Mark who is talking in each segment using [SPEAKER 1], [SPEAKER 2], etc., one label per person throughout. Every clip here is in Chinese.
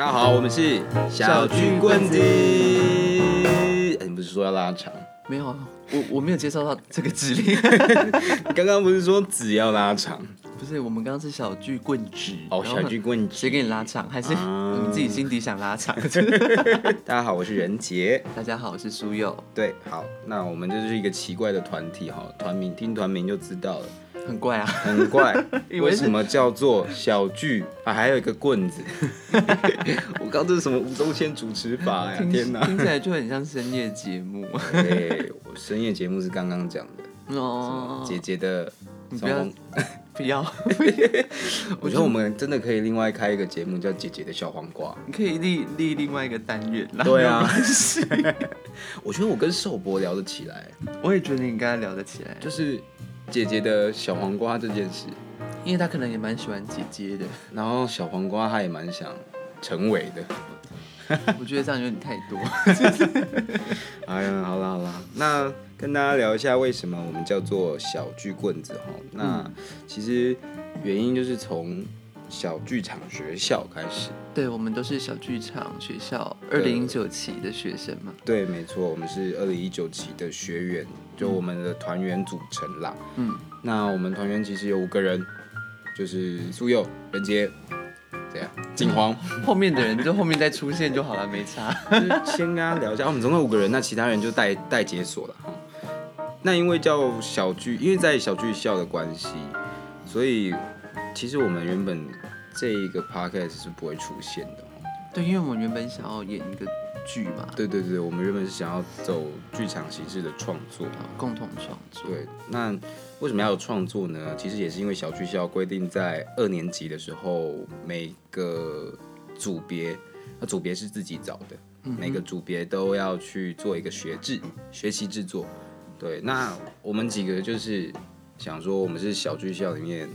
[SPEAKER 1] 大家好，我们是小军棍子。哎你不是说要拉长？
[SPEAKER 2] 没有啊，我我没有接收到这个指令。
[SPEAKER 1] 你刚刚不是说只要拉长？
[SPEAKER 2] 不是，我们刚刚是小巨棍指。
[SPEAKER 1] 哦，
[SPEAKER 2] 然后
[SPEAKER 1] 小军棍子。
[SPEAKER 2] 谁给你拉长？还是
[SPEAKER 1] 啊
[SPEAKER 2] 你自己心底想拉长？
[SPEAKER 1] 大家好，我是任杰。
[SPEAKER 2] 大家好，我是苏佑，
[SPEAKER 1] 对，好，那我们这就是一个奇怪的团体哈，团名听团名就知道了，
[SPEAKER 2] 很怪 啊。
[SPEAKER 1] 很怪。
[SPEAKER 2] 以
[SPEAKER 1] 为
[SPEAKER 2] 为是
[SPEAKER 1] 什么叫做小巨啊？还有一个棍 子。我刚这是什么吴宗宪主持法呀？
[SPEAKER 2] 听
[SPEAKER 1] 天哪！
[SPEAKER 2] 听起来就很像深夜节 目。
[SPEAKER 1] 对，我深夜节目是刚刚讲的，
[SPEAKER 2] 哦，
[SPEAKER 1] 姐姐的。
[SPEAKER 2] 你不要
[SPEAKER 1] 从
[SPEAKER 2] 不要，
[SPEAKER 1] 我觉得我们真的可以另外开一个节目，叫《姐姐的小黄瓜
[SPEAKER 2] 你可以立立另外一个单元啦。
[SPEAKER 1] 对啊》。
[SPEAKER 2] 没有关系
[SPEAKER 1] 我觉得我跟寿博聊得起来，
[SPEAKER 2] 我也觉得你跟他聊得起来，
[SPEAKER 1] 就是姐姐的小黄瓜这件事。
[SPEAKER 2] 因为他可能也蛮喜欢姐 姐的。
[SPEAKER 1] 然后小黄瓜她也蛮想成为的。
[SPEAKER 2] 我觉得这样有点太多。
[SPEAKER 1] 哎呀，好啦好啦，那跟大家聊一下为什么我们叫做小巨棍子哈。那其实原因就是从小剧场学校开始。
[SPEAKER 2] 对，我们都是小剧场学校二零九期的学生嘛。
[SPEAKER 1] 对，没错，我们是二零一九期的学员，就我们的团员组成啦。
[SPEAKER 2] 嗯，
[SPEAKER 1] 那我们团员其实有五个人，就是苏佑、任杰，这样景黄。
[SPEAKER 2] 后面的人就后面再出现就好了，没差。
[SPEAKER 1] 就是先跟大家聊一下，我们总共五个人，那其他人就待待解锁了哈。那因为叫小剧，因为在小剧校的关系，所以其实我们原本这一个 podcast 是不会出现的哈。
[SPEAKER 2] 对，因为我们原本想要演一个剧嘛，
[SPEAKER 1] 对对对，我们原本是想要走剧场形式的创作。
[SPEAKER 2] 啊共同创作。
[SPEAKER 1] 对，那为什么要有创作呢？其实也是因为小剧校规定，在二年级的时候，每个组别，那组别是自己找的，
[SPEAKER 2] 嗯
[SPEAKER 1] 每个组别都要去做一个学制、学习制作。对，那我们几个就是想说，我们是小剧校里面，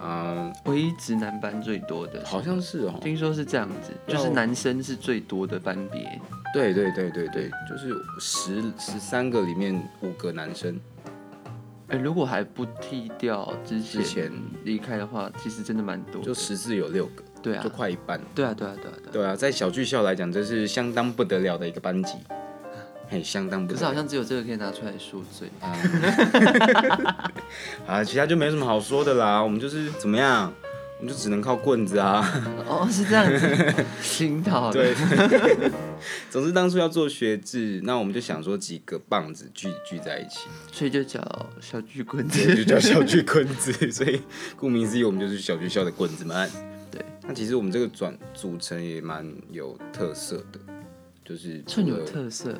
[SPEAKER 1] 嗯，
[SPEAKER 2] 唯一直男班最多的，
[SPEAKER 1] 好像是哦，
[SPEAKER 2] 听说是这样子，
[SPEAKER 1] 要
[SPEAKER 2] 就是男生是最多的班别。
[SPEAKER 1] 对对对对对，就是十十三个里面五个男生，
[SPEAKER 2] 哎，如果还不踢掉之前
[SPEAKER 1] 之前
[SPEAKER 2] 离开的话，其实真的蛮多的。
[SPEAKER 1] 就十字有六个，
[SPEAKER 2] 对啊
[SPEAKER 1] 就，快一半。
[SPEAKER 2] 对啊，对啊，对啊，对啊。
[SPEAKER 1] 对啊，在小剧校来讲，这是相当不得了的一个班级，嘿，相当不
[SPEAKER 2] 可
[SPEAKER 1] 得
[SPEAKER 2] 是
[SPEAKER 1] 了。
[SPEAKER 2] 好像只有这个可以拿出来说嘴。
[SPEAKER 1] 啊，其他就没什么好说的啦。我们就是怎么样，我们就只能靠棍子啊。
[SPEAKER 2] 哦，是这样子， 听到的。
[SPEAKER 1] 对， 总之当初要做学制，那我们就想说几个棒子聚聚在一 起，
[SPEAKER 2] 所以就叫小巨棍子。
[SPEAKER 1] 就 叫小剧棍子。 所以顾名思义，我们就是小学校的棍子们。
[SPEAKER 2] 对，
[SPEAKER 1] 那其实我们这个转组成也蛮有特色的，就是除
[SPEAKER 2] 很有
[SPEAKER 1] 了
[SPEAKER 2] 特色，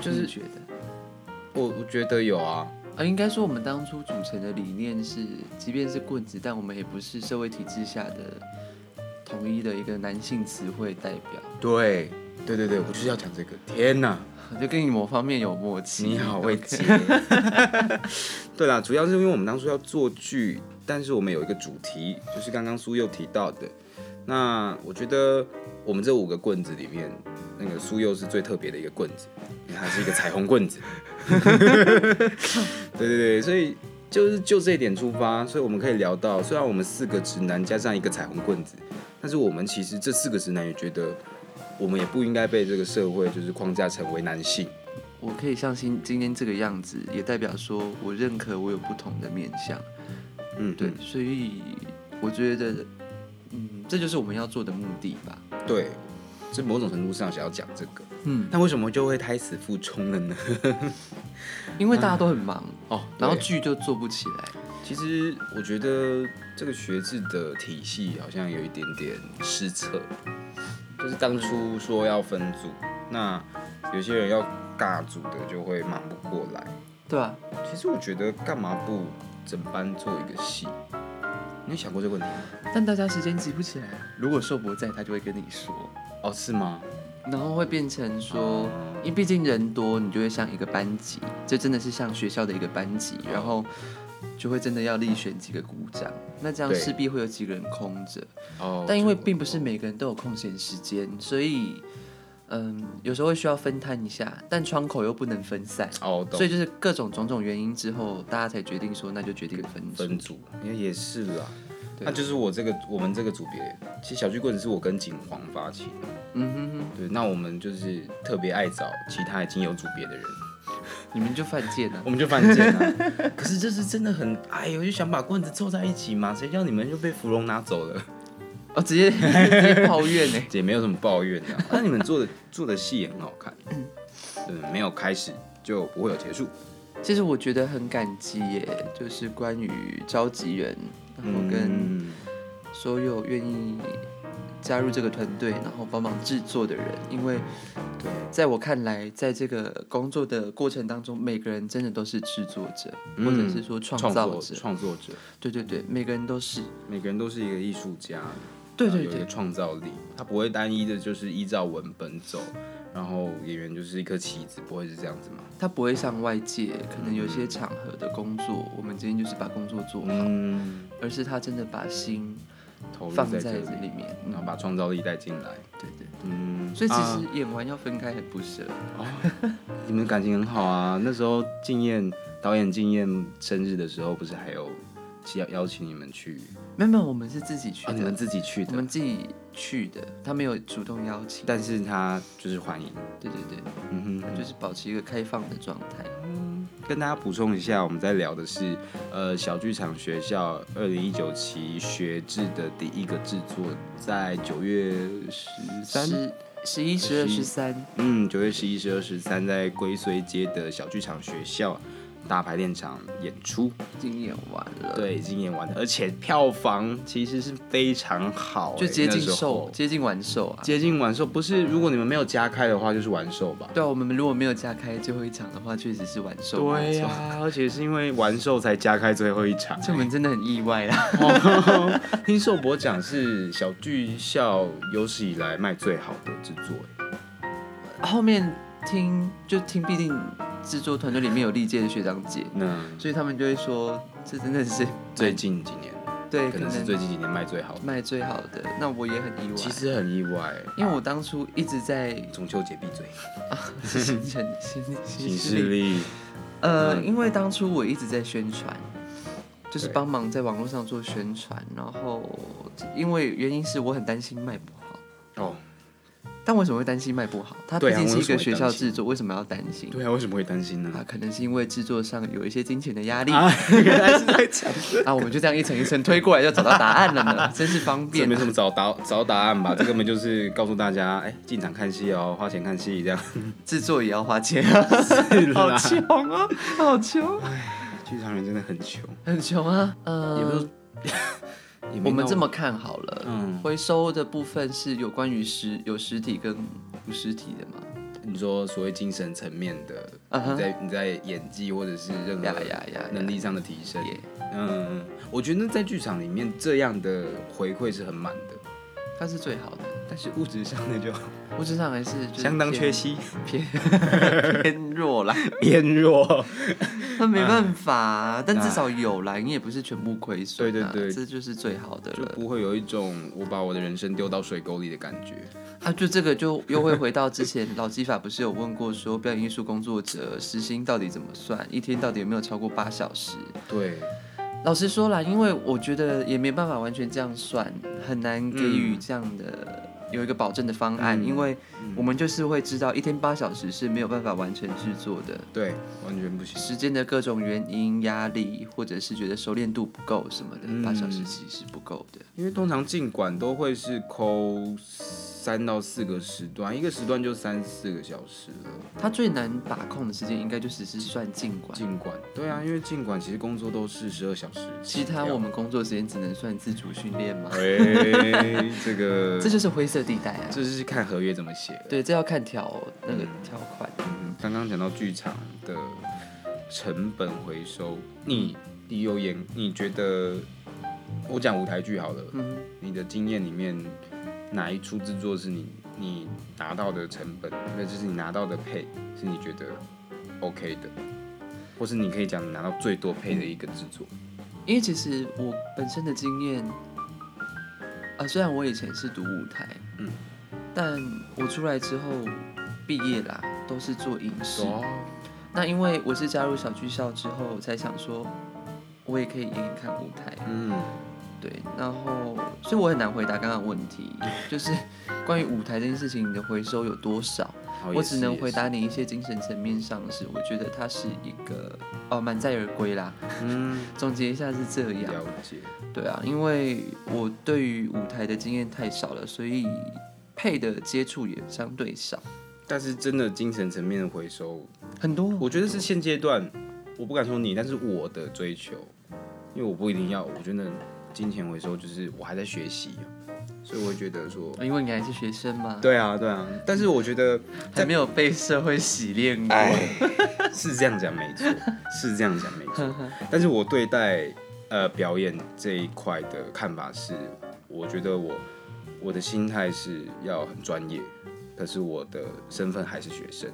[SPEAKER 1] 就是
[SPEAKER 2] 你觉得
[SPEAKER 1] 我我觉得有啊，
[SPEAKER 2] 啊，应该说我们当初组成的理念是，即便是棍子，但我们也不是社会体制下的统一的一个男性词汇代表，
[SPEAKER 1] 对，对对对，我就是要讲这个。天哪！
[SPEAKER 2] 就跟你某方面有默契。
[SPEAKER 1] 你好会接。 对啦，主要是因为我们当初要做剧，但是我们有一个主题，就是刚刚苏佑提到的。那我觉得我们这五个棍子里面，那个苏佑是最特别的一个棍子，因为它是一个彩虹棍子。 对对对，所以就是就这一点出发，所以我们可以聊到，虽然我们四个直男加上一个彩虹棍子，但是我们其实这四个直男也觉得，我们也不应该被这个社会就是框架成为男性。
[SPEAKER 2] 我可以像今今天这个样子，也代表说我认可我有不同的面相。
[SPEAKER 1] 嗯，
[SPEAKER 2] 对，所以我觉得，嗯，这就是我们要做的目的吧。
[SPEAKER 1] 对，这某种程度上想要讲这个，
[SPEAKER 2] 嗯，
[SPEAKER 1] 那为什么就会胎死腹中了呢？
[SPEAKER 2] 因为大家都很忙，
[SPEAKER 1] 哦
[SPEAKER 2] 然后剧就做不起来。
[SPEAKER 1] 其实我觉得这个学制的体系好像有一点点失策，就是当初说要分组，那有些人要尬组的就会忙不过来。
[SPEAKER 2] 对吧？
[SPEAKER 1] 其实我觉得干嘛不整班做一个戏？你有想过这个问题吗？
[SPEAKER 2] 但大家时间挤不起来。啊如果寿伯在，他就会跟你说，
[SPEAKER 1] 哦，是吗？
[SPEAKER 2] 然后会变成说，因为毕竟人多，你就会像一个班级，这真的是像学校的一个班级，然后就会真的要力选几个股长，那这样
[SPEAKER 1] 对
[SPEAKER 2] 势必会有几个人空着。
[SPEAKER 1] 哦，
[SPEAKER 2] 但因为
[SPEAKER 1] 就
[SPEAKER 2] 并不是每个人都有空闲时间，所以，嗯，有时候会需要分摊一下，但窗口又不能分散，
[SPEAKER 1] 哦，懂
[SPEAKER 2] 所以就是各种种种原因之后，大家才决定说，那就决定分组。
[SPEAKER 1] 分组也也是啦，
[SPEAKER 2] 对
[SPEAKER 1] 那就是我这个我们这个组别，其实小巨棍是我跟景皇发起的。
[SPEAKER 2] 嗯哼哼，
[SPEAKER 1] 对，那我们就是特别爱找其他已经有组别的人，
[SPEAKER 2] 你们就犯 贱了
[SPEAKER 1] 我。们就犯贱啊。 可是就是真的很，哎呦，就想把棍子凑在一起嘛，谁叫你们就被芙蓉拿走 了，
[SPEAKER 2] 哦，直接直接抱怨欸呢、
[SPEAKER 1] 也没有什么抱怨的、啊。但你们做的做的戏也很好看，对，没有开始就不会有结束。
[SPEAKER 2] 其实我觉得很感激耶，就是关于召集人，然后跟
[SPEAKER 1] 嗯
[SPEAKER 2] 所有愿意加入这个团队，然后帮忙制作的人，因为
[SPEAKER 1] 对，
[SPEAKER 2] 在我看来，在这个工作的过程当中，每个人真的都是制作者，
[SPEAKER 1] 嗯
[SPEAKER 2] 或者是说创
[SPEAKER 1] 创
[SPEAKER 2] 造
[SPEAKER 1] 作
[SPEAKER 2] 者。
[SPEAKER 1] 创作者，
[SPEAKER 2] 对对对，每个人都是。
[SPEAKER 1] 每个人都是一个艺术家，
[SPEAKER 2] 对
[SPEAKER 1] 然后
[SPEAKER 2] 对
[SPEAKER 1] 有一个
[SPEAKER 2] 对，
[SPEAKER 1] 创造力，他不会单一的就是依照文本走，然后演员就是一颗棋子，不会是这样子嘛？
[SPEAKER 2] 他不会像外界可能有些场合的工作，我们今天就是把工作做好，
[SPEAKER 1] 嗯，
[SPEAKER 2] 而是他真的把心
[SPEAKER 1] 投入
[SPEAKER 2] 放
[SPEAKER 1] 在
[SPEAKER 2] 在
[SPEAKER 1] 这
[SPEAKER 2] 这
[SPEAKER 1] 里，
[SPEAKER 2] 里面。
[SPEAKER 1] 然后把创造力带进来。
[SPEAKER 2] 对对。
[SPEAKER 1] 嗯，
[SPEAKER 2] 所以其
[SPEAKER 1] 啊
[SPEAKER 2] 实演完要分开很不舍。
[SPEAKER 1] 你们感情很好啊。那时候敬燕导演敬燕生日的时候，不是还有邀邀请你们去
[SPEAKER 2] 没有没有，我们是自己去
[SPEAKER 1] 啊？你
[SPEAKER 2] 的，
[SPEAKER 1] 们自己去
[SPEAKER 2] 哦我
[SPEAKER 1] 的，
[SPEAKER 2] 们自己去的，他没有主动邀请。
[SPEAKER 1] 但是他就是欢迎。
[SPEAKER 2] 对对对，
[SPEAKER 1] 嗯哼，
[SPEAKER 2] 就是保持一个开放的状态。
[SPEAKER 1] 跟大家补充一下，我们在聊的是呃小剧场学校二零一九期学制的第一个制作，在九月十三，
[SPEAKER 2] 十十一、十二、
[SPEAKER 1] 十一
[SPEAKER 2] 十三，
[SPEAKER 1] 嗯，九月十一、十二、十三，在龟虽街的小剧场学校大排练场演出。
[SPEAKER 2] 已经演完了。
[SPEAKER 1] 对，已经演完了，而且票房其实是非常好、
[SPEAKER 2] 就
[SPEAKER 1] 欸
[SPEAKER 2] 接近
[SPEAKER 1] 那时
[SPEAKER 2] 售
[SPEAKER 1] 候，
[SPEAKER 2] 接近完售啊。
[SPEAKER 1] 接近完售。不是，如果你们没有加开的话，就是完售吧。
[SPEAKER 2] 对啊，我们如果没有加开最后一场的话，确实是完售。
[SPEAKER 1] 对 呀、
[SPEAKER 2] 没错
[SPEAKER 1] 而且是因为完售才加开最后一场。
[SPEAKER 2] 这我们真的很意外啊 啦。
[SPEAKER 1] 听寿伯讲是小剧校有史以来卖最好的制作、欸，
[SPEAKER 2] 后面听就听，毕竟制作团队里面有历届的学长姐，
[SPEAKER 1] 那
[SPEAKER 2] 所以他们就会说，这真的是
[SPEAKER 1] 最近几年
[SPEAKER 2] 对，
[SPEAKER 1] 可
[SPEAKER 2] 可
[SPEAKER 1] 能是
[SPEAKER 2] 能
[SPEAKER 1] 最近几年卖最好的。
[SPEAKER 2] 卖最好的。那我也很意外，
[SPEAKER 1] 其实很意外、欸，
[SPEAKER 2] 因为我当初一直在
[SPEAKER 1] 中秋节闭嘴，
[SPEAKER 2] 行程行
[SPEAKER 1] 新
[SPEAKER 2] 行
[SPEAKER 1] 势
[SPEAKER 2] 事历，
[SPEAKER 1] 力，
[SPEAKER 2] 呃，
[SPEAKER 1] 嗯
[SPEAKER 2] 因为当初我一直在宣传，就是帮忙在网络上做宣传，然后因为原因是我很担心卖不好，
[SPEAKER 1] 哦，
[SPEAKER 2] 但为什么会担心卖不好？它
[SPEAKER 1] 对
[SPEAKER 2] 毕
[SPEAKER 1] 啊
[SPEAKER 2] 竟是一
[SPEAKER 1] 为什么
[SPEAKER 2] 个
[SPEAKER 1] 会
[SPEAKER 2] 学校
[SPEAKER 1] 担心
[SPEAKER 2] 制作，为什么要担心？
[SPEAKER 1] 对啊，为什么会担心呢？
[SPEAKER 2] 啊，可能是因为制作上有一些金钱的压力
[SPEAKER 1] 啊
[SPEAKER 2] 啊，
[SPEAKER 1] 原来是在讲
[SPEAKER 2] 我们就这样一层一层推过来，就找到答案了呢，真是方
[SPEAKER 1] 这
[SPEAKER 2] 便啊
[SPEAKER 1] 没。什么找答找答案 吧，这根本就是告诉大家，哎、进场看戏哦，花钱看戏这 样。
[SPEAKER 2] 制作也要花钱啊， 好穷啊，好穷，
[SPEAKER 1] 剧场人真的很穷，
[SPEAKER 2] 很穷啊。
[SPEAKER 1] 也不是
[SPEAKER 2] 呃，
[SPEAKER 1] 也没
[SPEAKER 2] 我们
[SPEAKER 1] 到
[SPEAKER 2] 这么看好了，
[SPEAKER 1] 嗯，
[SPEAKER 2] 回收的部分是有关于实有实体跟无实体的嘛？
[SPEAKER 1] 你说所谓精神层面的
[SPEAKER 2] 嗯哼
[SPEAKER 1] 你在你在演技或者是任
[SPEAKER 2] 呀
[SPEAKER 1] 何
[SPEAKER 2] 呀呀！
[SPEAKER 1] 呃能力上的提升
[SPEAKER 2] 也，
[SPEAKER 1] 嗯，我觉得在剧场里面这样的回馈是很满的，
[SPEAKER 2] 它是最好的，
[SPEAKER 1] 但是物质上的就
[SPEAKER 2] 物质上还是就是
[SPEAKER 1] 相当缺
[SPEAKER 2] 偏
[SPEAKER 1] 席，
[SPEAKER 2] 偏 弱啦，
[SPEAKER 1] 偏 弱。
[SPEAKER 2] 那没办法，啊但至少有啦，你也不是全部亏损啊，
[SPEAKER 1] 对嗯对对
[SPEAKER 2] 这就是最好的
[SPEAKER 1] 就
[SPEAKER 2] 了
[SPEAKER 1] 不会有一种我把我的人生丢到水沟里的感觉。
[SPEAKER 2] 啊！就这个就又会回到之前老基法不是有问过说，表演艺术工作者时薪到底怎么算，一天到底有没有超过八小时？
[SPEAKER 1] 对，
[SPEAKER 2] 老实说啦，因为我觉得也没办法完全这样算，很难给予这样的、有一个保证的方案，
[SPEAKER 1] 嗯
[SPEAKER 2] 因为
[SPEAKER 1] 嗯
[SPEAKER 2] 我们就是会知道一天八小时是没有办法完成制作的，
[SPEAKER 1] 对，完全不行。
[SPEAKER 2] 时间的各种原因、压力，或者是觉得熟练度不够什么的
[SPEAKER 1] 嗯，
[SPEAKER 2] 八、小时其实是不够的。
[SPEAKER 1] 因为通常进馆都会是抠三到四个时段，一个时段就三四个小时了。
[SPEAKER 2] 他最难把控的时间应该就只是算尽管，
[SPEAKER 1] 进馆，对啊，因为进馆其实工作都是十二小时
[SPEAKER 2] 其
[SPEAKER 1] 起跳。
[SPEAKER 2] 他我们工作时间只能算自主训练嘛，
[SPEAKER 1] 哎，这个
[SPEAKER 2] 这就是灰色地带啊。
[SPEAKER 1] 这是看合约怎么写了。
[SPEAKER 2] 对，这要看条那个条款。
[SPEAKER 1] 嗯刚刚讲到剧场的成本回收，你你有演？你觉得我讲舞台剧好了，
[SPEAKER 2] 嗯，
[SPEAKER 1] 你的经验里面哪一出制作是你你拿到的成本，那就是你拿到的配是你觉得 OK 的，或是你可以讲你拿到最多配的一个制作？
[SPEAKER 2] 嗯因为其实我本身的经验，啊，虽然我以前是读舞台，
[SPEAKER 1] 嗯
[SPEAKER 2] 嗯，但我出来之后毕业啦，都是做影视。
[SPEAKER 1] 哦，
[SPEAKER 2] 那因为我是加入小剧校之后，我才想说，我也可以演演看舞台。
[SPEAKER 1] 嗯，
[SPEAKER 2] 对，然后所以我很难回答刚刚的问题，就是关于舞台这件事情，你的回收有多少？
[SPEAKER 1] 哦
[SPEAKER 2] 我
[SPEAKER 1] 也
[SPEAKER 2] 只
[SPEAKER 1] 是
[SPEAKER 2] 能
[SPEAKER 1] 也
[SPEAKER 2] 回
[SPEAKER 1] 是
[SPEAKER 2] 答你一些精神层面上的事。我觉得它是一个哦，满载而归啦。
[SPEAKER 1] 嗯，
[SPEAKER 2] 总结一下是这样，
[SPEAKER 1] 了解，
[SPEAKER 2] 对啊，因为我对于舞台的经验太少了，所以配的接触也相对少，
[SPEAKER 1] 但是真的精神层面的回收，
[SPEAKER 2] 很多。
[SPEAKER 1] 我觉得是现阶段，我不敢说你，但是我的追求，因为我不一定要，我觉得金钱回收就是我还在学习，所以我会觉得说，
[SPEAKER 2] 因为你还是学生嘛，
[SPEAKER 1] 对啊，对啊，但是我觉得，
[SPEAKER 2] 还没有被社会洗练过。
[SPEAKER 1] 哎，是这样讲没错，是这样讲没错，但是我对待呃表演这一块的看法是，我觉得我我的心态是要很专业，可是我的身份还是学生。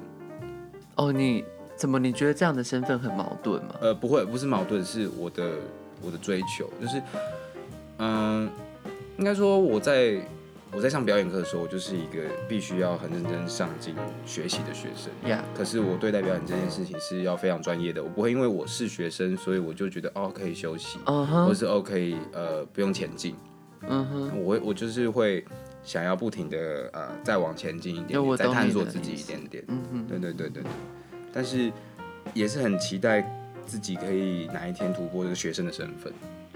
[SPEAKER 2] 哦，你怎么你觉得这样的身份很矛盾吗？
[SPEAKER 1] 呃，不会，不是矛盾，是我的我的追求，就是，嗯、应该说我在我在上表演课的时候，我就是一个必须要很认真上进学习的学生。
[SPEAKER 2] 呀、
[SPEAKER 1] 可是我对待表演这件事情是要非常专业的，我不会因为我是学生，所以我就觉得哦可以休息，
[SPEAKER 2] 嗯
[SPEAKER 1] 或
[SPEAKER 2] 哼，
[SPEAKER 1] 是哦可以呃不用前进。
[SPEAKER 2] 嗯哼，
[SPEAKER 1] 我会我就是会想要不停的呃再往前进一点
[SPEAKER 2] 对我
[SPEAKER 1] 点，再
[SPEAKER 2] 懂
[SPEAKER 1] 探
[SPEAKER 2] 你
[SPEAKER 1] 索
[SPEAKER 2] 的
[SPEAKER 1] 自己
[SPEAKER 2] 意
[SPEAKER 1] 一
[SPEAKER 2] 思
[SPEAKER 1] 点点。
[SPEAKER 2] 嗯哼，
[SPEAKER 1] 对对对对对，但是也是很期待自己可以哪一天突破这个学生的身份。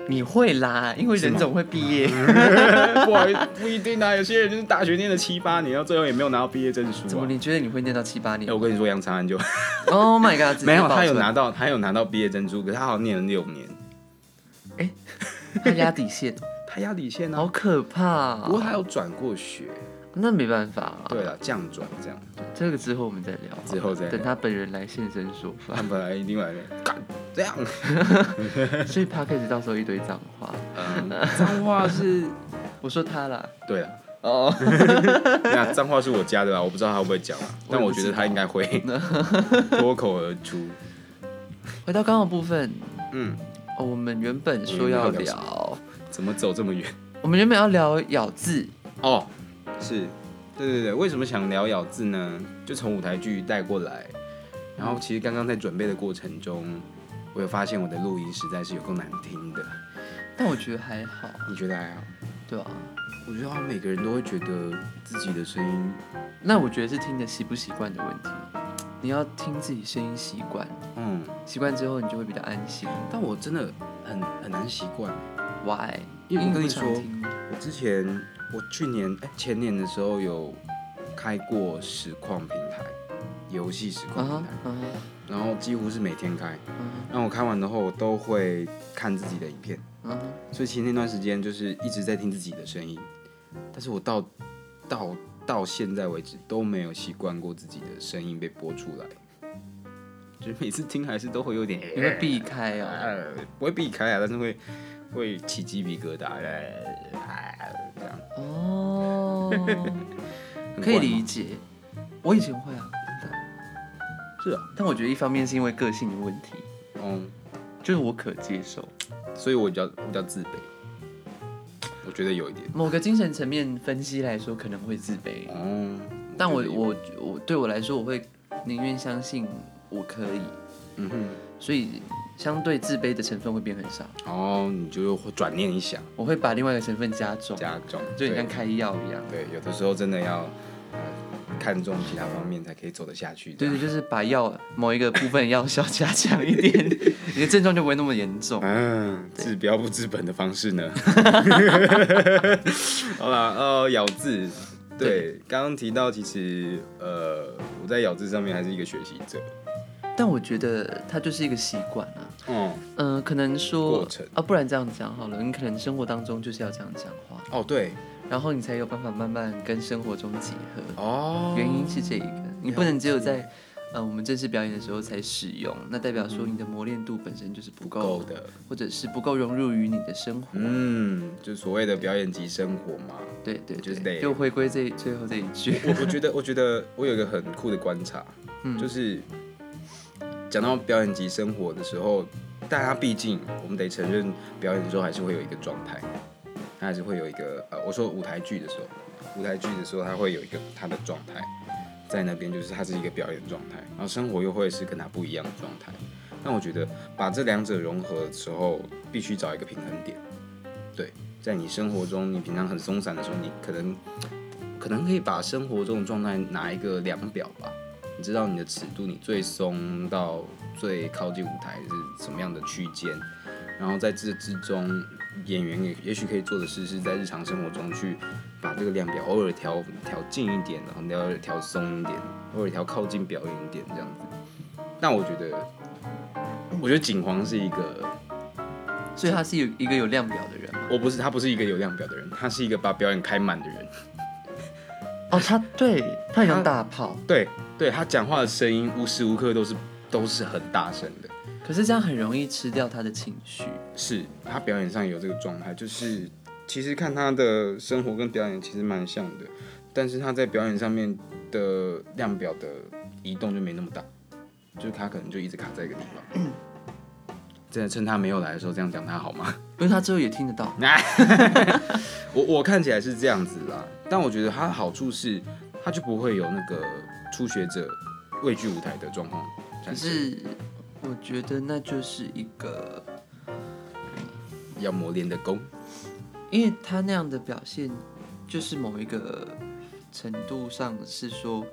[SPEAKER 2] 你会啦，因为人总会毕业，
[SPEAKER 1] 不好意思，不一定啊，有些人就是大学念了七八年，到最后也没有拿到毕业证书、啊。
[SPEAKER 2] 怎么你觉得你会念到七八年
[SPEAKER 1] 哎我跟你说，杨长 安就
[SPEAKER 2] ？Oh my god，直接
[SPEAKER 1] 没有，
[SPEAKER 2] 爆
[SPEAKER 1] 他有
[SPEAKER 2] 出来
[SPEAKER 1] 拿，到，他有拿到毕业证书，可是他好像念了六年，
[SPEAKER 2] 他压底 线，
[SPEAKER 1] 他压底线
[SPEAKER 2] 好
[SPEAKER 1] 啊。
[SPEAKER 2] 可怕
[SPEAKER 1] 不过
[SPEAKER 2] 哦、
[SPEAKER 1] 他有转过学，
[SPEAKER 2] 那没办法、啊，
[SPEAKER 1] 对了，降转这样。
[SPEAKER 2] 这个之后我们再聊好了，啊
[SPEAKER 1] 之后再聊
[SPEAKER 2] 等他本人来现身说法。
[SPEAKER 1] 他本来另外干这样，
[SPEAKER 2] 所以 p a c k a g e 到时候一堆脏话，
[SPEAKER 1] 嗯，脏话是，
[SPEAKER 2] 我说他啦，
[SPEAKER 1] 对了，
[SPEAKER 2] 哦，
[SPEAKER 1] 那脏话是我加的啦，我不知道他会不会讲啊，但
[SPEAKER 2] 我也不
[SPEAKER 1] 我
[SPEAKER 2] 知
[SPEAKER 1] 觉得他
[SPEAKER 2] 道
[SPEAKER 1] 应该 会脱口而出。
[SPEAKER 2] 回到刚刚的部分，
[SPEAKER 1] 嗯，
[SPEAKER 2] 哦，我们原本说要
[SPEAKER 1] 我们要
[SPEAKER 2] 聊，
[SPEAKER 1] 怎么走这么远？
[SPEAKER 2] 我们原本要聊咬字，
[SPEAKER 1] 哦，是，对对对，为什么想聊咬字呢？就从舞台剧带过来，然后其实刚刚在准备的过程中，我有发现我的录音实在是有够难听的。
[SPEAKER 2] 但我觉得还好，
[SPEAKER 1] 你觉得还好？
[SPEAKER 2] 对啊，
[SPEAKER 1] 我觉得好像每个人都会觉得自己的声音，
[SPEAKER 2] 那我觉得是听得习不习惯的问题，你要听自己声音习惯，
[SPEAKER 1] 嗯，
[SPEAKER 2] 习惯之后你就会比较安心。
[SPEAKER 1] 但我真的很很难习惯。
[SPEAKER 2] Why？
[SPEAKER 1] 因为我跟你说
[SPEAKER 2] 因为不常听
[SPEAKER 1] 我之前，我去年哎前年的时候有开过实况平台，游戏实
[SPEAKER 2] 啊
[SPEAKER 1] 况平
[SPEAKER 2] 哈
[SPEAKER 1] 台，
[SPEAKER 2] 啊
[SPEAKER 1] 然后几乎是每天开。
[SPEAKER 2] 哈啊
[SPEAKER 1] 那我开完的后，我都会看自己的影片，
[SPEAKER 2] 哈啊哈！
[SPEAKER 1] 所以其实那段时间就是一直在听自己的声音，但是我到到到现在为止都没有习惯过自己的声音被播出来，就是每次听还是都会有点，
[SPEAKER 2] 你会避开哦。
[SPEAKER 1] 呃，不会避开啊，但是会会起鸡皮疙瘩，呃呃这样
[SPEAKER 2] 哦，
[SPEAKER 1] 很
[SPEAKER 2] 可
[SPEAKER 1] 怪
[SPEAKER 2] 以
[SPEAKER 1] 吗
[SPEAKER 2] 理解。我以前会啊，真的
[SPEAKER 1] 是啊，
[SPEAKER 2] 但我觉得一方面是因为个性的问题，
[SPEAKER 1] 嗯，
[SPEAKER 2] 就是我可接受
[SPEAKER 1] 所以我比较我比较自卑，我觉得有一点，
[SPEAKER 2] 某个精神层面分析来说可能会自卑，
[SPEAKER 1] 哦，
[SPEAKER 2] 但我
[SPEAKER 1] 觉得有
[SPEAKER 2] 我我对我来说，我会宁愿相信我可以，
[SPEAKER 1] 嗯哼。
[SPEAKER 2] 所以相对自卑的成分会变很少。
[SPEAKER 1] 哦，你就会转念一下，
[SPEAKER 2] 我会把另外一个成分加重，
[SPEAKER 1] 加重，
[SPEAKER 2] 就
[SPEAKER 1] 对
[SPEAKER 2] 很像开药一样。
[SPEAKER 1] 对，有的时候真的要、呃、看重其他方面才可以走得下去。
[SPEAKER 2] 对
[SPEAKER 1] 这
[SPEAKER 2] 对，
[SPEAKER 1] 样，
[SPEAKER 2] 就是把药某一个部分药效加强一 点，你的症状就不会那么严重。
[SPEAKER 1] 嗯，治标不治本的方式呢？ 好啦，呃，咬字，对，刚刚提到，其实呃，我在咬字上面还是一个学习者，
[SPEAKER 2] 但我觉得它就是一个习惯啊。
[SPEAKER 1] 哦、
[SPEAKER 2] 嗯、可能说
[SPEAKER 1] 过程
[SPEAKER 2] 啊，不然这样讲好了，你可能生活当中就是要这样讲话，
[SPEAKER 1] 哦，对，
[SPEAKER 2] 然后你才有办法慢慢跟生活中结合。
[SPEAKER 1] 哦，
[SPEAKER 2] 原因是这一个，你不能只有在呃我们正式表演的时候才使用，那代表说你的磨练度本身就是不够
[SPEAKER 1] 够，的，
[SPEAKER 2] 或者是不够融入于你的生活。
[SPEAKER 1] 嗯，就所谓的表演及生活嘛。
[SPEAKER 2] 对对
[SPEAKER 1] 就是
[SPEAKER 2] 对，
[SPEAKER 1] 得
[SPEAKER 2] 就回归这最后这一 句，
[SPEAKER 1] 我我觉得，我觉得我有一个很酷的观察，
[SPEAKER 2] 嗯
[SPEAKER 1] 就是讲到表演及生活的时候，但它毕竟我们得承认，表演的时候还是会有一个状态，它还是会有一个呃，我说舞台剧的时候，舞台剧的时候，它会有一个它的状态在那边，就是它是一个表演状态，然后生活又会是跟它不一样的状态。那我觉得把这两者融合的时候，必须找一个平衡点。对，在你生活中，你平常很松散的时候，你可能可能可以把生活中的状态拿一个量表吧，你知道你的尺度，你最松到最靠近舞台是什么样的区间，然后在这之中，演员也也许可以做的事是在日常生活中去把这个量表偶尔调调近一点，然后偶尔调松一点，偶尔调靠近表演一点这样子。但我觉得，我觉得景皇是一个
[SPEAKER 2] 所以他是有一个有量表的人嘛。
[SPEAKER 1] 我不是他不是一个有量表的人，他是一个把表演开满的人。
[SPEAKER 2] 哦，他对他很像大炮，
[SPEAKER 1] 对，对他讲话的声音无时无刻都是都是很大声的，
[SPEAKER 2] 可是这样很容易吃掉他的情绪。
[SPEAKER 1] 是他表演上有这个状态，就是其实看他的生活跟表演其实蛮像的，但是他在表演上面的量表的移动就没那么大，就是他可能就一直卡在一个地方。真的趁他没有来的时候这样讲他好吗？
[SPEAKER 2] 因为他之后也听得到，
[SPEAKER 1] 我我看起来是这样子啦，但我觉得它的好处是，它就不会有那个初学者畏惧舞台的状况
[SPEAKER 2] 可
[SPEAKER 1] 产生。
[SPEAKER 2] 是我觉得那就是一个，
[SPEAKER 1] 要磨练的功，
[SPEAKER 2] 因为他那样的表现，就是某一个程度上是说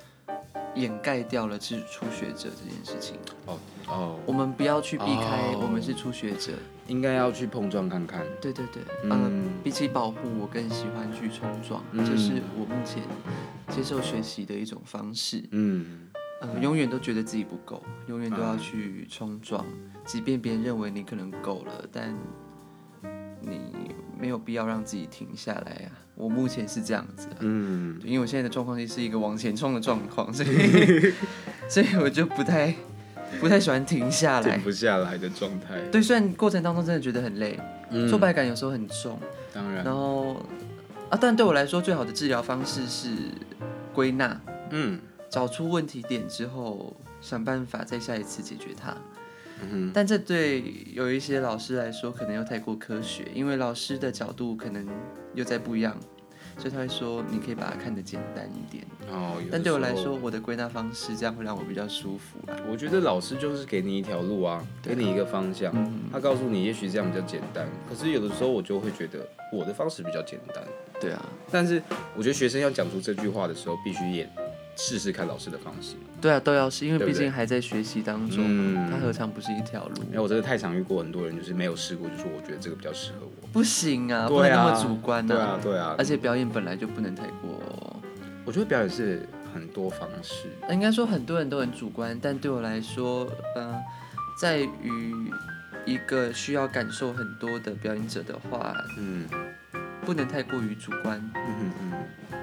[SPEAKER 2] 掩盖掉了是初学者这件事情。
[SPEAKER 1] 哦哦，
[SPEAKER 2] 我们不要去避开
[SPEAKER 1] 哦
[SPEAKER 2] 我们是初学者，
[SPEAKER 1] 应该要去碰撞看看。
[SPEAKER 2] 对对对，
[SPEAKER 1] 嗯
[SPEAKER 2] 嗯，比起保护，我更喜欢去冲撞，
[SPEAKER 1] 嗯
[SPEAKER 2] 这是我目前接受学习的一种方式。
[SPEAKER 1] 嗯，
[SPEAKER 2] 呃，永远都觉得自己不够，永远都要去冲撞，即便别人认为你可能够了，但你没有必要让自己停下来呀、我目前是这样子、啊，
[SPEAKER 1] 嗯，
[SPEAKER 2] 因为我现在的状况就是一个往前冲的状况，所以 所以我就不太不太喜欢停下来
[SPEAKER 1] 停。不下来的状态。
[SPEAKER 2] 对，虽然过程当中真的觉得很累，
[SPEAKER 1] 嗯
[SPEAKER 2] 挫败感有时候很重，
[SPEAKER 1] 当然
[SPEAKER 2] 然，后啊，但对我来说最好的治疗方式是归纳，
[SPEAKER 1] 嗯
[SPEAKER 2] 找出问题点之后，想办法在下一次解决它。
[SPEAKER 1] 嗯
[SPEAKER 2] 但这对有一些老师来说，可能又太过科学，因为老师的角度可能又在不一样，所以他会说你可以把它看得简单一点。
[SPEAKER 1] 哼，哦，有的
[SPEAKER 2] 但对我来
[SPEAKER 1] 时候
[SPEAKER 2] 说，，我的归纳方式这样会让我比较舒服啊啦。
[SPEAKER 1] 我觉得老师就是给你一条路啊，给你一个方向，他告诉你也许这样比较简单。可是有的时候我就会觉得我的方式比较简单。
[SPEAKER 2] 对啊，
[SPEAKER 1] 但是我觉得学生要讲出这句话的时候，必须也试试看老师的方式。
[SPEAKER 2] 对啊，都要是因为
[SPEAKER 1] 对不
[SPEAKER 2] 毕
[SPEAKER 1] 对
[SPEAKER 2] 竟还在学习当中，
[SPEAKER 1] 嗯
[SPEAKER 2] 它何尝不是一条路？
[SPEAKER 1] 因为我真的太常遇过很多人，就是没有试过，就说我觉得这个比较适合我。
[SPEAKER 2] 不行啊，不
[SPEAKER 1] 对
[SPEAKER 2] 能
[SPEAKER 1] 啊
[SPEAKER 2] 那么主观
[SPEAKER 1] 对啊，对啊。
[SPEAKER 2] 而且表演本来就不能太过，
[SPEAKER 1] 我觉得表演是很多方式，
[SPEAKER 2] 呃应该说很多人都很主观，但对我来说，嗯、在于一个需要感受很多的表演者的话，
[SPEAKER 1] 嗯
[SPEAKER 2] 不能太过于主观，
[SPEAKER 1] 嗯嗯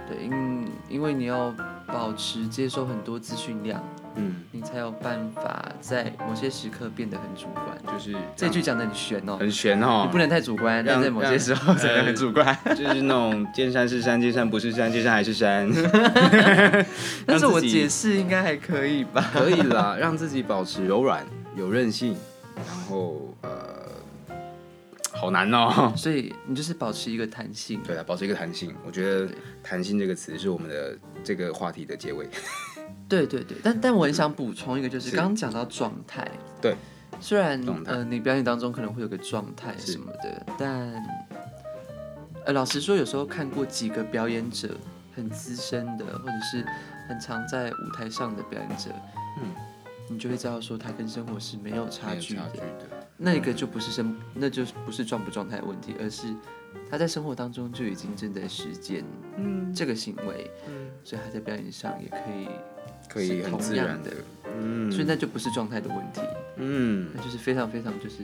[SPEAKER 2] 对，因因为你要保持接受很多资讯量，
[SPEAKER 1] 嗯，
[SPEAKER 2] 你才有办法在某些时刻变得很主观。
[SPEAKER 1] 就是
[SPEAKER 2] 这句讲的很悬哦，
[SPEAKER 1] 很悬哦
[SPEAKER 2] 你不，能太主观，但
[SPEAKER 1] 让
[SPEAKER 2] 在某些时候
[SPEAKER 1] 让
[SPEAKER 2] 才能很主观。
[SPEAKER 1] 就是那种见山是山，见山不是山，见山还是山。
[SPEAKER 2] 但是
[SPEAKER 1] 让
[SPEAKER 2] 我
[SPEAKER 1] 自己
[SPEAKER 2] 解释应该还可以吧？
[SPEAKER 1] 可以啦，让自己保持柔软、有韧性，然后呃，好难哦。
[SPEAKER 2] 所以你就是保持一个弹性。
[SPEAKER 1] 对啊，保持一个弹性，我觉得“弹性”这个词是我们的这个话题的结尾。
[SPEAKER 2] 对对对，但但我很想补充一个，就是
[SPEAKER 1] 嗯是
[SPEAKER 2] 刚刚讲到状态。
[SPEAKER 1] 对，
[SPEAKER 2] 虽然
[SPEAKER 1] 状态
[SPEAKER 2] 呃，你表演当中可能会有个状态
[SPEAKER 1] 是
[SPEAKER 2] 什么的，但呃，老实说，有时候看过几个表演者很资深的，或者是很常在舞台上的表演者，
[SPEAKER 1] 嗯，
[SPEAKER 2] 你就会知道说他跟生活是没有差距
[SPEAKER 1] 没有
[SPEAKER 2] 的
[SPEAKER 1] 差。距嗯的，
[SPEAKER 2] 那个就不是生，那就不是状不状态的问题，而是他在生活当中就已经正在实践
[SPEAKER 1] 嗯，
[SPEAKER 2] 这个行为，
[SPEAKER 1] 嗯
[SPEAKER 2] 所以他在表演上也可以
[SPEAKER 1] 可以很自然的
[SPEAKER 2] 是同样，
[SPEAKER 1] 嗯，
[SPEAKER 2] 所以那就不是状态的问题，
[SPEAKER 1] 嗯，
[SPEAKER 2] 那就是非常非常就是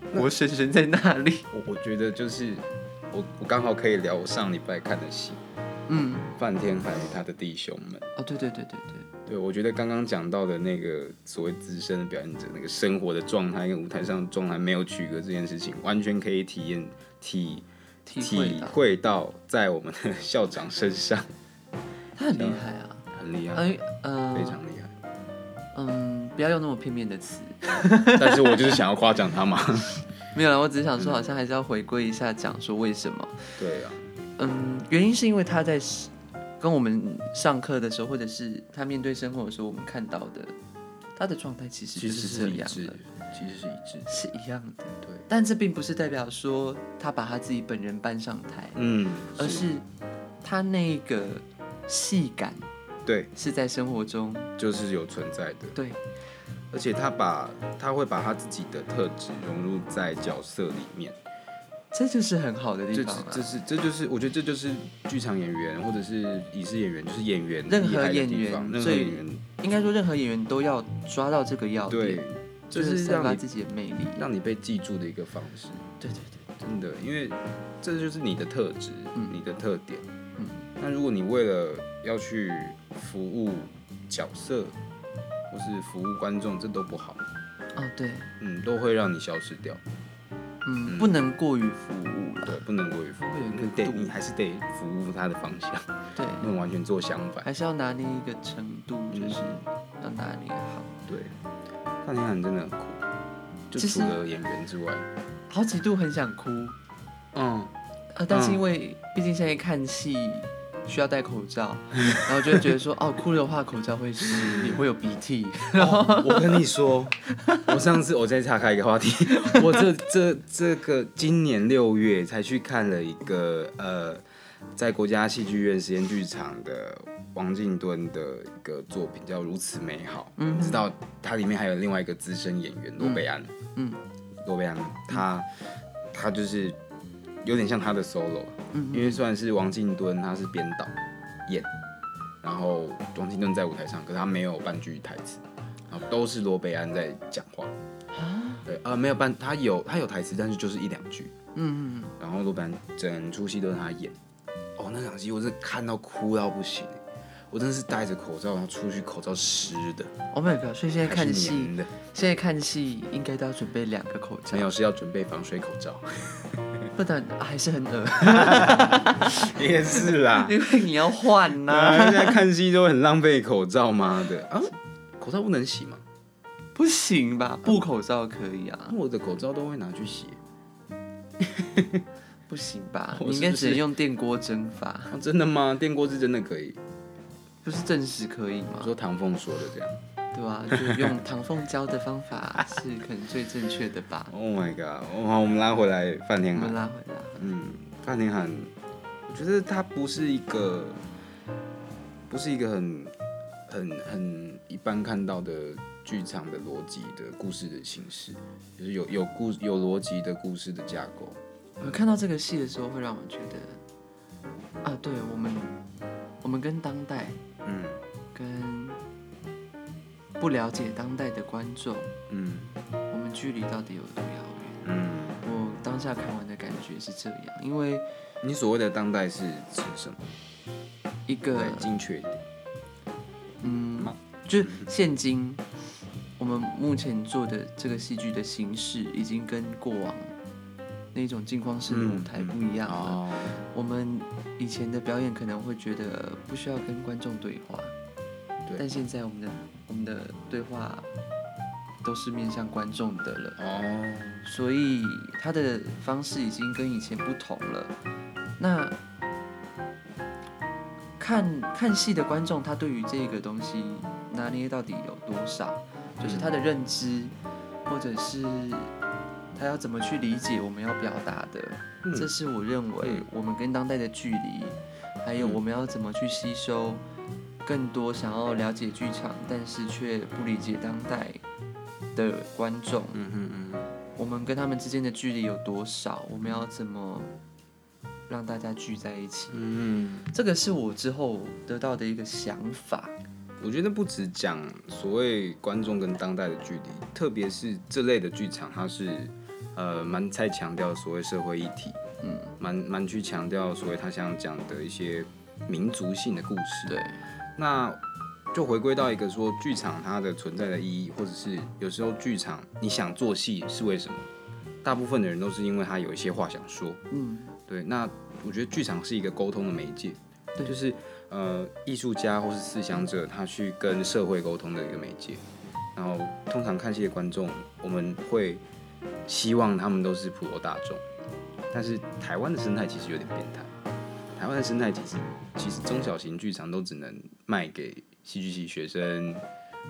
[SPEAKER 2] 嗯活生生在那里。
[SPEAKER 1] 我我觉得就是我我刚好可以聊我上礼拜看的戏
[SPEAKER 2] 嗯，
[SPEAKER 1] 《梵天海与他的弟兄们》。
[SPEAKER 2] 哦，对对对对对，
[SPEAKER 1] 对，我觉得刚刚讲到的那个所谓资深的表演者，那个生活的状态跟舞台上的状态没有区隔这件事情，完全可以体验体
[SPEAKER 2] 体
[SPEAKER 1] 体
[SPEAKER 2] 会到
[SPEAKER 1] 会到在我们的 校长身上，
[SPEAKER 2] 他很厉害啊，
[SPEAKER 1] 很厉害，
[SPEAKER 2] 哎呃，
[SPEAKER 1] 非常厉害。
[SPEAKER 2] 嗯，不要用那么片面的词，
[SPEAKER 1] 但是我就是想要夸奖他嘛。
[SPEAKER 2] 没有啦，我只是想说，好像还是要回归一下，讲说为什么。
[SPEAKER 1] 对啊，
[SPEAKER 2] 嗯，原因是因为他在是跟我们上课的时候，或者是他面对生活的时候，我们看到的他的状态其实
[SPEAKER 1] 其
[SPEAKER 2] 就
[SPEAKER 1] 实
[SPEAKER 2] 是
[SPEAKER 1] 是
[SPEAKER 2] 这
[SPEAKER 1] 理
[SPEAKER 2] 样
[SPEAKER 1] 智
[SPEAKER 2] 的。，
[SPEAKER 1] 其实是一致的。
[SPEAKER 2] 是一样的。
[SPEAKER 1] 对，
[SPEAKER 2] 但这并不是代表说他把他自己本人搬上台，
[SPEAKER 1] 嗯，
[SPEAKER 2] 而是他那个戏感
[SPEAKER 1] 对，
[SPEAKER 2] 是在生活中，
[SPEAKER 1] 就是有存在的，
[SPEAKER 2] 对
[SPEAKER 1] 而且他把他会把他自己的特质融入在角色里面，
[SPEAKER 2] 这就是很好的地
[SPEAKER 1] 这
[SPEAKER 2] 方
[SPEAKER 1] 这
[SPEAKER 2] 啊
[SPEAKER 1] 这。是这就是我觉得这就是剧场演员或者是影视演员，就是演员
[SPEAKER 2] 任何
[SPEAKER 1] 厉害的
[SPEAKER 2] 演
[SPEAKER 1] 地
[SPEAKER 2] 员
[SPEAKER 1] 方任何
[SPEAKER 2] 最
[SPEAKER 1] 演员
[SPEAKER 2] 应该说，任何演员都要抓到这个要
[SPEAKER 1] 对
[SPEAKER 2] 点，，
[SPEAKER 1] 就
[SPEAKER 2] 就是
[SPEAKER 1] 是
[SPEAKER 2] 散发
[SPEAKER 1] 让你
[SPEAKER 2] 自己的魅力。
[SPEAKER 1] 让你被记住的一个方式，
[SPEAKER 2] 对对对，
[SPEAKER 1] 真的，因为这就是你的特质，
[SPEAKER 2] 嗯
[SPEAKER 1] 你的特点。
[SPEAKER 2] 嗯，
[SPEAKER 1] 那如果你为了要去服务角色或是服务观众，这都不好，
[SPEAKER 2] 哦对，
[SPEAKER 1] 嗯，都会让你消失掉。
[SPEAKER 2] 嗯，不能过于服务了，
[SPEAKER 1] 对，不能过于服务
[SPEAKER 2] 会有一，个
[SPEAKER 1] 你得
[SPEAKER 2] 度
[SPEAKER 1] 你还是得服务他的方向，
[SPEAKER 2] 对，
[SPEAKER 1] 不能完全做相反。
[SPEAKER 2] 还是要拿捏一个程度，就是
[SPEAKER 1] 嗯
[SPEAKER 2] 要拿捏好。
[SPEAKER 1] 对，范天寒真的很酷，就
[SPEAKER 2] 其实
[SPEAKER 1] 除了演员之外，
[SPEAKER 2] 好几度很想哭，
[SPEAKER 1] 嗯，
[SPEAKER 2] 呃，但是
[SPEAKER 1] 嗯
[SPEAKER 2] 因为毕竟现在看戏需要戴口 罩，然后就会觉得说，哦，哭的话口罩会湿，也会有鼻涕。
[SPEAKER 1] 哦我跟你说，我上次我再岔开一个话题， 我这这这个今年六月才去看了一个呃，在国家戏剧院实验剧场的王静敦的一个作品叫《如此美好》，嗯，知道它里面还有另外一个资深演员罗贝安，
[SPEAKER 2] 嗯，
[SPEAKER 1] 罗贝安他他就是有点像他的 solo，啊
[SPEAKER 2] 嗯
[SPEAKER 1] 因为虽然是王静敦他是编导演，然后王静敦在舞台上，可是他没有半句台词。然后都是罗贝安在讲话。对，啊，没有半，他有他有台词，但是就是一两句。
[SPEAKER 2] 嗯，
[SPEAKER 1] 然后罗贝安整出戏都是他演。哦，那场戏我是看到哭到不行，我真的是戴着口罩，然后出去口罩湿的，
[SPEAKER 2] Oh my god！所以现在
[SPEAKER 1] 还
[SPEAKER 2] 看
[SPEAKER 1] 是
[SPEAKER 2] 戏，
[SPEAKER 1] 黏的。
[SPEAKER 2] 现在看戏应该都要准备两个口罩
[SPEAKER 1] 陈，老师要准备防水口 罩，
[SPEAKER 2] 不然啊还是 很恶，
[SPEAKER 1] 也是啦。
[SPEAKER 2] 因为你要换呐、
[SPEAKER 1] 啊，现在看戏都很浪费口罩，妈的啊！口罩不能洗吗？
[SPEAKER 2] 不行吧？布口罩可以啊
[SPEAKER 1] 啊，，我的口罩都会拿去洗。
[SPEAKER 2] 不行吧？
[SPEAKER 1] 我
[SPEAKER 2] 你应
[SPEAKER 1] 是
[SPEAKER 2] 该
[SPEAKER 1] 不
[SPEAKER 2] 只能
[SPEAKER 1] 是
[SPEAKER 2] 用电锅蒸发，
[SPEAKER 1] 啊，真的吗？电锅是真的可以？
[SPEAKER 2] 不是证实可以
[SPEAKER 1] 我
[SPEAKER 2] 吗？
[SPEAKER 1] 说唐凤说的这样。
[SPEAKER 2] 对吧、就用唐凤教的方法是可能最正确的 吧？
[SPEAKER 1] Oh my god！我好，我们拉回来范
[SPEAKER 2] 我
[SPEAKER 1] 天
[SPEAKER 2] 们
[SPEAKER 1] 寒。
[SPEAKER 2] 拉回来，
[SPEAKER 1] 嗯，范天寒，我觉得他不是一个，不是一个很、很、很一般看到的剧场的逻辑的故事的形式，就是有有故有逻辑的故事的架构。
[SPEAKER 2] 我看到这个戏的时候，会让我觉得，啊，对我们，我们跟当代
[SPEAKER 1] 嗯
[SPEAKER 2] 跟不了解当代的观众，
[SPEAKER 1] 嗯
[SPEAKER 2] 我们距离到底有多遥远？
[SPEAKER 1] 嗯，
[SPEAKER 2] 我当下看完的感觉是这样，因为
[SPEAKER 1] 你所谓的当代是指什么？
[SPEAKER 2] 一个
[SPEAKER 1] 对，精确一点。
[SPEAKER 2] 嗯
[SPEAKER 1] 嘛，
[SPEAKER 2] 就是现今我们目前做的这个戏剧的形式，已经跟过往那种镜框式的舞台不一样了。
[SPEAKER 1] 嗯哦，
[SPEAKER 2] 我们以前的表演可能会觉得不需要跟观众对话，但
[SPEAKER 1] 对。
[SPEAKER 2] 现在我们的我们的对话都是面向观众的了。
[SPEAKER 1] 哦，
[SPEAKER 2] 所以他的方式已经跟以前不同了。那看看戏的观众，他对于这个东西拿捏到底有多少，就是他的认知，或者是他要怎么去理解我们要表达的，
[SPEAKER 1] 嗯
[SPEAKER 2] 这是我认为我们跟当代的距离，还有我们要怎么去吸收更多想要了解剧场，但是却不理解当代的观众。
[SPEAKER 1] 嗯哼嗯哼，
[SPEAKER 2] 我们跟他们之间的距离有多少？我们要怎么让大家聚在一起？
[SPEAKER 1] 嗯。
[SPEAKER 2] 这个是我之后得到的一个想法。
[SPEAKER 1] 我觉得不只讲所谓观众跟当代的距离，特别是这类的剧场，它是呃蛮在强调所谓社会议题，
[SPEAKER 2] 嗯，
[SPEAKER 1] 蛮蛮去强调所谓他想讲的一些民族性的故事。
[SPEAKER 2] 对，
[SPEAKER 1] 那就回归到一个说剧场它的存在的意义，或者是有时候剧场你想做戏是为什么？大部分的人都是因为他有一些话想说，
[SPEAKER 2] 嗯，
[SPEAKER 1] 对，那我觉得剧场是一个沟通的媒介，
[SPEAKER 2] 对
[SPEAKER 1] 就是呃，艺术家或是思想者他去跟社会沟通的一个媒介。然后，通常看戏的观众，我们会希望他们都是普罗大众，但是台湾的生态其实有点变态。台湾的生态其实，其实中小型剧场都只能卖给戏剧系学生，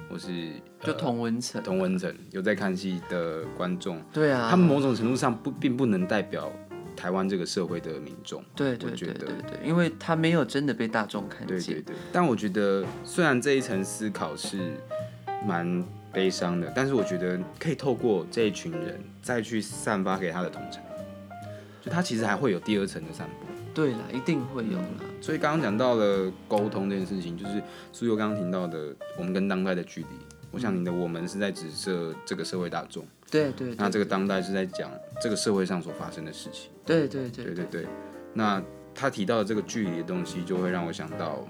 [SPEAKER 1] 或是
[SPEAKER 2] 就同文层，
[SPEAKER 1] 同文层有在看戏的观众，
[SPEAKER 2] 对啊，
[SPEAKER 1] 他们某种程度上不并不能代表台湾这个社会的民众。
[SPEAKER 2] 对对
[SPEAKER 1] 我觉
[SPEAKER 2] 对
[SPEAKER 1] 得
[SPEAKER 2] 对对，因为他没有真的被大众看
[SPEAKER 1] 对对
[SPEAKER 2] 见，
[SPEAKER 1] 对，但我觉得虽然这一层思考是蛮悲伤的，但是我觉得可以透过这一群人再去散发给他的同情，就他其实还会有第二层的散播。
[SPEAKER 2] 对啦，一定会有啦。
[SPEAKER 1] 所以刚刚讲到了沟通这件事情，就是苏佑刚刚提到的，我们跟当代的距离。我想你的我们是在指涉这个社会大众，
[SPEAKER 2] 对对对，
[SPEAKER 1] 那这个当代是在讲这个社会上所发生的事情。
[SPEAKER 2] 对对对
[SPEAKER 1] 对对对，那他提到的这个距离的东西，就会让我想到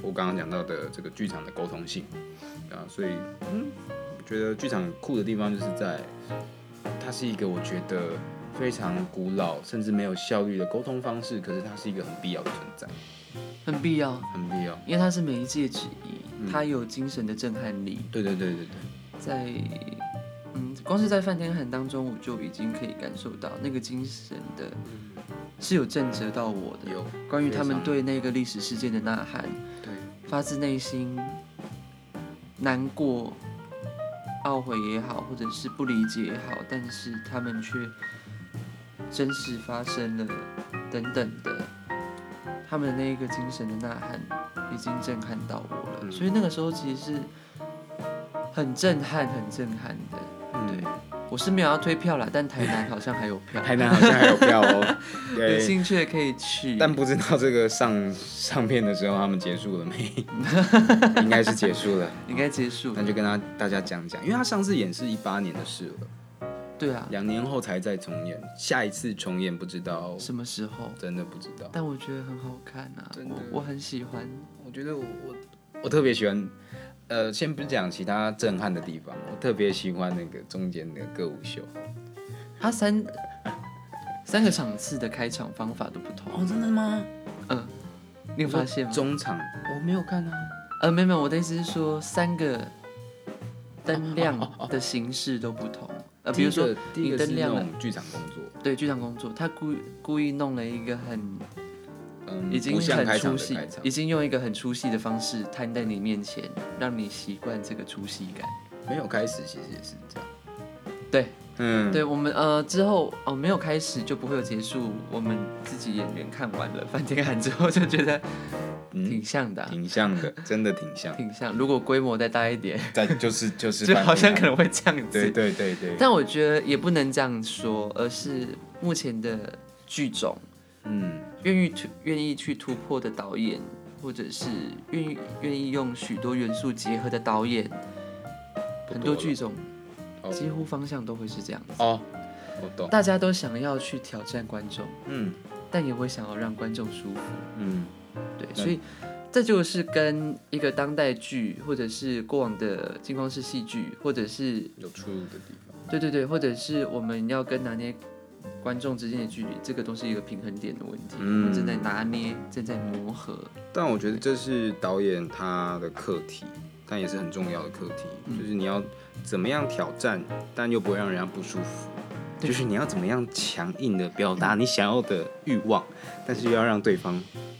[SPEAKER 1] 我刚刚讲到的这个剧场的沟通性啊，所以嗯，我觉得剧场酷的地方就是在它是一个我觉得非常古老甚至没有效率的沟通方式，可是它是一个很必要的存在，
[SPEAKER 2] 很必要，
[SPEAKER 1] 很必要。
[SPEAKER 2] 因为它是媒介之一，它有精神的震撼力，
[SPEAKER 1] 对对对对对，
[SPEAKER 2] 在嗯，光是在梵天喊当中，我就已经可以感受到那个精神的，是有震慑到我的。
[SPEAKER 1] 嗯有
[SPEAKER 2] 关于他
[SPEAKER 1] 非
[SPEAKER 2] 们
[SPEAKER 1] 常
[SPEAKER 2] 对那个历史事件的呐喊，
[SPEAKER 1] 对
[SPEAKER 2] 发自内心难过、懊悔也好，或者是不理解也好，但是他们却真实发生了，等等的，他们的那个精神的呐喊已经震撼到我了，
[SPEAKER 1] 嗯
[SPEAKER 2] 所以那个时候其实是很震撼、很震撼的。
[SPEAKER 1] 嗯
[SPEAKER 2] 我是没有要推票啦，但台南好像还有 票，
[SPEAKER 1] 台南好像还有票 哦，
[SPEAKER 2] 有
[SPEAKER 1] 对，
[SPEAKER 2] 兴趣的可以去。
[SPEAKER 1] 但不知道这个上上片的时候他们结束了 没？应该是结束了。
[SPEAKER 2] 应该结束了
[SPEAKER 1] 那，就跟他大家讲讲，因为他上次演是一八年的事了，
[SPEAKER 2] 对啊，
[SPEAKER 1] 两年后才再重演，下一次重演不知道，
[SPEAKER 2] 什么时候？
[SPEAKER 1] 真的不知道。
[SPEAKER 2] 但我觉得很好看啊，
[SPEAKER 1] 真的
[SPEAKER 2] 我我很喜欢。
[SPEAKER 1] 我觉得我我我特别喜欢，呃，先不讲其他震撼的地方，我特别喜欢那个中间的歌舞秀。
[SPEAKER 2] 它三三个场次的开场方法都不同，
[SPEAKER 1] 哦，真的吗？
[SPEAKER 2] 嗯，你有发现吗？
[SPEAKER 1] 中场我没有看啊。
[SPEAKER 2] 呃，没有没有，我的意思是说三个
[SPEAKER 1] 哦
[SPEAKER 2] 灯亮的形式都不同。呃，比如说
[SPEAKER 1] 第一个第一
[SPEAKER 2] 你
[SPEAKER 1] 个是那
[SPEAKER 2] 灯亮了，
[SPEAKER 1] 种剧场工作，
[SPEAKER 2] 对剧场工作，他故意故意弄了一个很
[SPEAKER 1] 嗯，
[SPEAKER 2] 已经
[SPEAKER 1] 不像
[SPEAKER 2] 很
[SPEAKER 1] 开场
[SPEAKER 2] 出
[SPEAKER 1] 的
[SPEAKER 2] 戏
[SPEAKER 1] 开场，
[SPEAKER 2] 已，经用一个很出戏的方式摊在你面前，让你习惯这个出戏感。
[SPEAKER 1] 没有开始，其实也是这样。
[SPEAKER 2] 对，
[SPEAKER 1] 嗯，
[SPEAKER 2] 对我们呃之后哦没有开始就不会有结束，我们自己演员看完了梵天喊之后就觉得
[SPEAKER 1] 嗯
[SPEAKER 2] 挺像的啊、
[SPEAKER 1] 挺像的，真的挺像。
[SPEAKER 2] 挺像。如果规模再大一点，
[SPEAKER 1] 但就是就是
[SPEAKER 2] 就
[SPEAKER 1] 半
[SPEAKER 2] 好
[SPEAKER 1] 天
[SPEAKER 2] 像
[SPEAKER 1] 啊
[SPEAKER 2] 可能会这样
[SPEAKER 1] 对
[SPEAKER 2] 子。
[SPEAKER 1] 对对对，
[SPEAKER 2] 但我觉得也不能这样说，而是目前的剧种
[SPEAKER 1] 嗯。
[SPEAKER 2] 愿意突愿意去突破的导演，或者是愿意愿意用许多元素结合的导演，
[SPEAKER 1] 不
[SPEAKER 2] 很
[SPEAKER 1] 多
[SPEAKER 2] 多
[SPEAKER 1] 了
[SPEAKER 2] 剧种
[SPEAKER 1] 哦
[SPEAKER 2] 几乎方向都会是这样子。
[SPEAKER 1] 哦，我懂。
[SPEAKER 2] 大家都想要去挑战观众，
[SPEAKER 1] 嗯
[SPEAKER 2] 但也会想要让观众舒服。
[SPEAKER 1] 嗯，
[SPEAKER 2] 对，
[SPEAKER 1] 那
[SPEAKER 2] 所以这就是跟一个当代剧，或者是过往的镜框式戏剧，或者是
[SPEAKER 1] 有出入的地方。
[SPEAKER 2] 对对对，或者是我们要跟拿捏观众之间的距离，这个都是一个平衡点的问题。
[SPEAKER 1] 嗯
[SPEAKER 2] 我们正在拿捏，正在磨合。
[SPEAKER 1] 但我觉得这是导演他的课题，但也是很重要的课题，
[SPEAKER 2] 嗯
[SPEAKER 1] 就是你要怎么样挑战，但又不会让人家不舒服。
[SPEAKER 2] 对
[SPEAKER 1] 就是你要怎么样强硬的表达你想要的欲望，但是又要让对方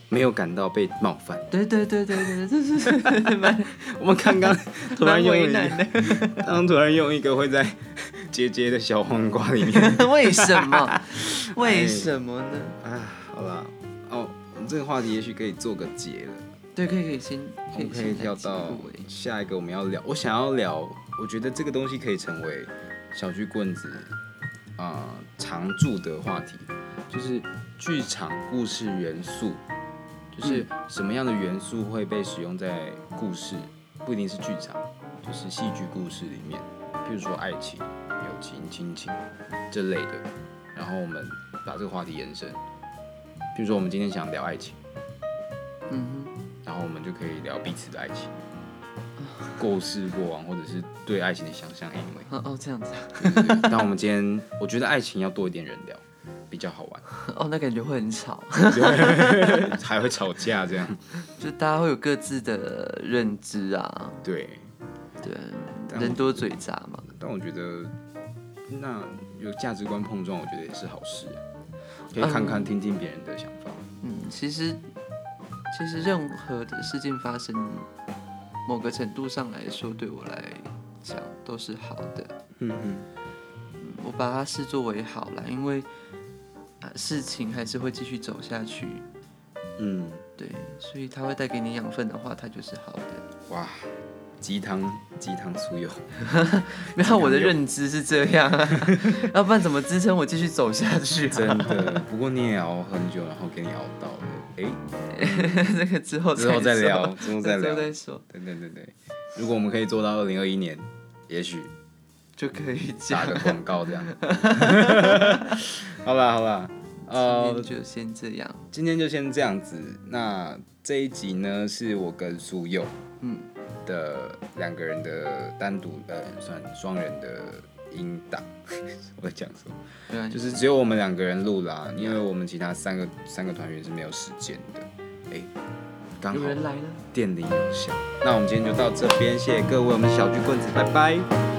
[SPEAKER 1] 没有感到被冒犯。
[SPEAKER 2] 对对对对对对，这是蛮
[SPEAKER 1] 我们刚 刚突然
[SPEAKER 2] 蛮
[SPEAKER 1] 用一
[SPEAKER 2] 为
[SPEAKER 1] 个，
[SPEAKER 2] 难
[SPEAKER 1] 刚刚突然用一个会在 结节的小黄瓜里面
[SPEAKER 2] 的。为什么？为什么呢？
[SPEAKER 1] 啊，好啦，哦，这个话题也许可以做个结了。
[SPEAKER 2] 对，可以可以先
[SPEAKER 1] 我
[SPEAKER 2] 可
[SPEAKER 1] 们
[SPEAKER 2] 以
[SPEAKER 1] 可以
[SPEAKER 2] 先
[SPEAKER 1] 跳
[SPEAKER 2] 来欸结
[SPEAKER 1] 到
[SPEAKER 2] 尾
[SPEAKER 1] 下一个我们要聊，我想要聊，我觉得这个东西可以成为小剧棍子啊、呃常驻的话题，就是剧场故事元素，就是什么样的元素会被使用在故事，不一定是剧场，就是戏剧故事里面，譬如说爱情、友情、亲情这类的，然后我们把这个话题延伸，譬如说我们今天想聊爱情。
[SPEAKER 2] 嗯哼，
[SPEAKER 1] 然后我们就可以聊彼此的爱情，故事过往，或者是对爱情的想象，因为
[SPEAKER 2] 哦哦这样子啊，
[SPEAKER 1] 对对 对。但我们今天，我觉得爱情要多一点人聊，比较好玩，
[SPEAKER 2] 哦那感觉会很吵，
[SPEAKER 1] 对还会吵架这样。
[SPEAKER 2] 就大家会有各自的认知啊，
[SPEAKER 1] 对，
[SPEAKER 2] 对，
[SPEAKER 1] 但我
[SPEAKER 2] 人多嘴杂嘛。
[SPEAKER 1] 但我觉得那有价值观碰撞，我觉得也是好事，啊可以看看、听听别人的想法。
[SPEAKER 2] 嗯，其实其实任何的事件发生，某个程度上来说，对我来讲都是好的。
[SPEAKER 1] 嗯嗯
[SPEAKER 2] 我把它视作为好啦，因为、啊事情还是会继续走下去，
[SPEAKER 1] 嗯，
[SPEAKER 2] 对，所以它会带给你养分的话，它就是好的。
[SPEAKER 1] 哇，鸡汤鸡汤酥油，
[SPEAKER 2] 没有，我的认知是这样啊， 要不然怎么支撑我继续走下去、啊？
[SPEAKER 1] 真的。不过你也熬很久，然后给你熬到了， 诶，
[SPEAKER 2] 这个之后
[SPEAKER 1] 之后再
[SPEAKER 2] 说
[SPEAKER 1] 聊，，之后再
[SPEAKER 2] 之
[SPEAKER 1] 聊
[SPEAKER 2] 后，再说
[SPEAKER 1] 对对对对。如果我们可以做到二零二一年，也许
[SPEAKER 2] 就可以
[SPEAKER 1] 打
[SPEAKER 2] 讲。
[SPEAKER 1] 个广告这 样。好啦好啦，呃
[SPEAKER 2] 今天，就先这样，
[SPEAKER 1] 今天就先这样子。那这一集呢，是我跟苏佑，
[SPEAKER 2] 嗯，
[SPEAKER 1] 的两个人的单独，呃，算双人的音档。 我在讲什么？
[SPEAKER 2] 对啊，
[SPEAKER 1] 就是只有我们两个人录啦，因为我们其他三个三个团员是没有时间的。哎、刚
[SPEAKER 2] 有
[SPEAKER 1] 好
[SPEAKER 2] 人来了。
[SPEAKER 1] 电铃有响。那我们今天就到这边，谢谢各位，我们是小巨棍子，拜拜。